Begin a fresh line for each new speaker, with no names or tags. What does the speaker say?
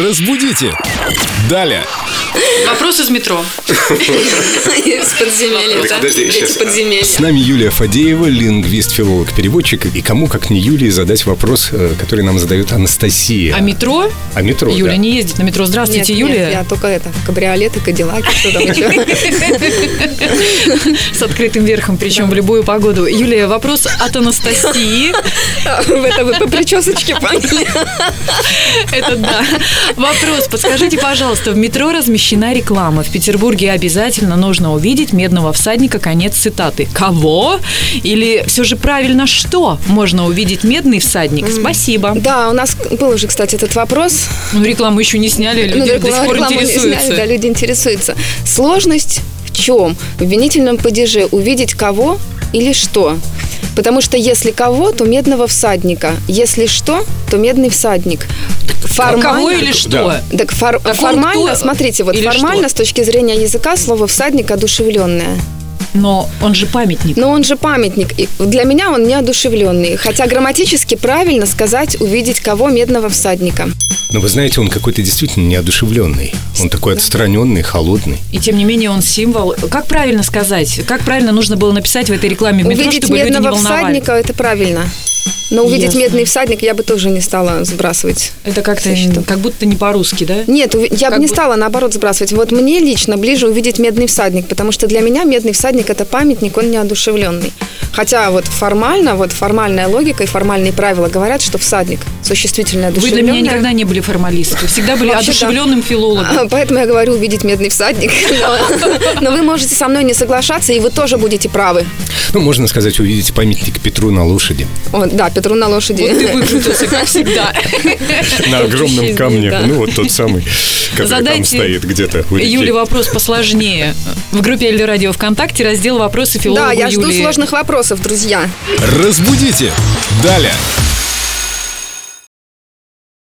Разбудите! Далее!
Вопрос из метро.
Из подземелья, да?
подожди,
Эти
щас.
подземелья.
С нами Юлия Фадеева, лингвист, филолог, переводчик. И кому, как не Юлии, задать вопрос, э, который нам задает Анастасия.
А метро?
О метро, да.
Юля не ездит на метро.
Нет,
Здравствуйте,
нет,
Юлия.
я только это, кабриолеты, кадиллаки, что там еще.
С открытым верхом, причем в любую погоду. Юлия, вопрос от Анастасии.
В это вы по причесочке поняли.
Это да. Вопрос. Подскажите, пожалуйста, в метро размещена реклама. В Петербурге обязательно нужно увидеть медного всадника. Конец цитаты. Кого? Или все же правильно что? Можно увидеть медный всадник? Спасибо.
Да, у нас был уже, кстати, этот вопрос.
Ну, рекламу еще не сняли, люди
Ну,
до сих
рекламу-
пор
рекламу не сняли, да,
интересуются.
люди интересуются. Сложность в чем? В винительном падеже увидеть кого или что? Потому что если кого, то медного всадника. Если что, то медный всадник. Формально-
Кого или что?
Да.
Так фор-
Какого,
формально,
кто,
смотрите, вот
или
формально
что?
с точки зрения языка слово всадник одушевленное.
Но он же памятник.
Но он же памятник. И для меня он неодушевленный. Хотя грамматически правильно сказать увидеть кого медного всадника.
Но вы знаете, он какой-то действительно неодушевленный. Он такой отстраненный, холодный.
И тем не менее он символ. Как правильно сказать? Как правильно нужно было написать в этой рекламе в метро,
увидеть
чтобы люди не
медного
волновались?
всадника это правильно. Но увидеть
Ясно.
медный всадник я бы тоже не стала сбрасывать.
Это как-то
со счетов.
как будто не по-русски, да?
Нет, уви- я
Как
бы не
бы-
стала наоборот сбрасывать. Вот мне лично ближе увидеть медный всадник, потому что для меня медный всадник это памятник, он неодушевленный. Хотя вот формально, вот формальная логика и формальные правила говорят, что всадник существительное
Вы для
одушевленное.
меня никогда не были формалисты. Вы Всегда были
Вообще, да.
одушевленным филологом.
А, Поэтому я говорю увидеть медный всадник. Но- Но вы можете со мной не соглашаться, и вы тоже будете правы.
Ну, можно сказать, увидите памятник Петру на лошади.
О, Да, Петру на лошади.
Вот ты выкрутился, как всегда.
На огромном
Исчезни,
камне.
да.
Ну, вот тот самый, который там
Задайте
стоит где-то. у реки.
Юле вопрос посложнее. В группе Эльдо Радио ВКонтакте раздел «Вопросы филологу
Да, я жду
Юлии».
сложных вопросов, друзья.
Разбудите! Далее!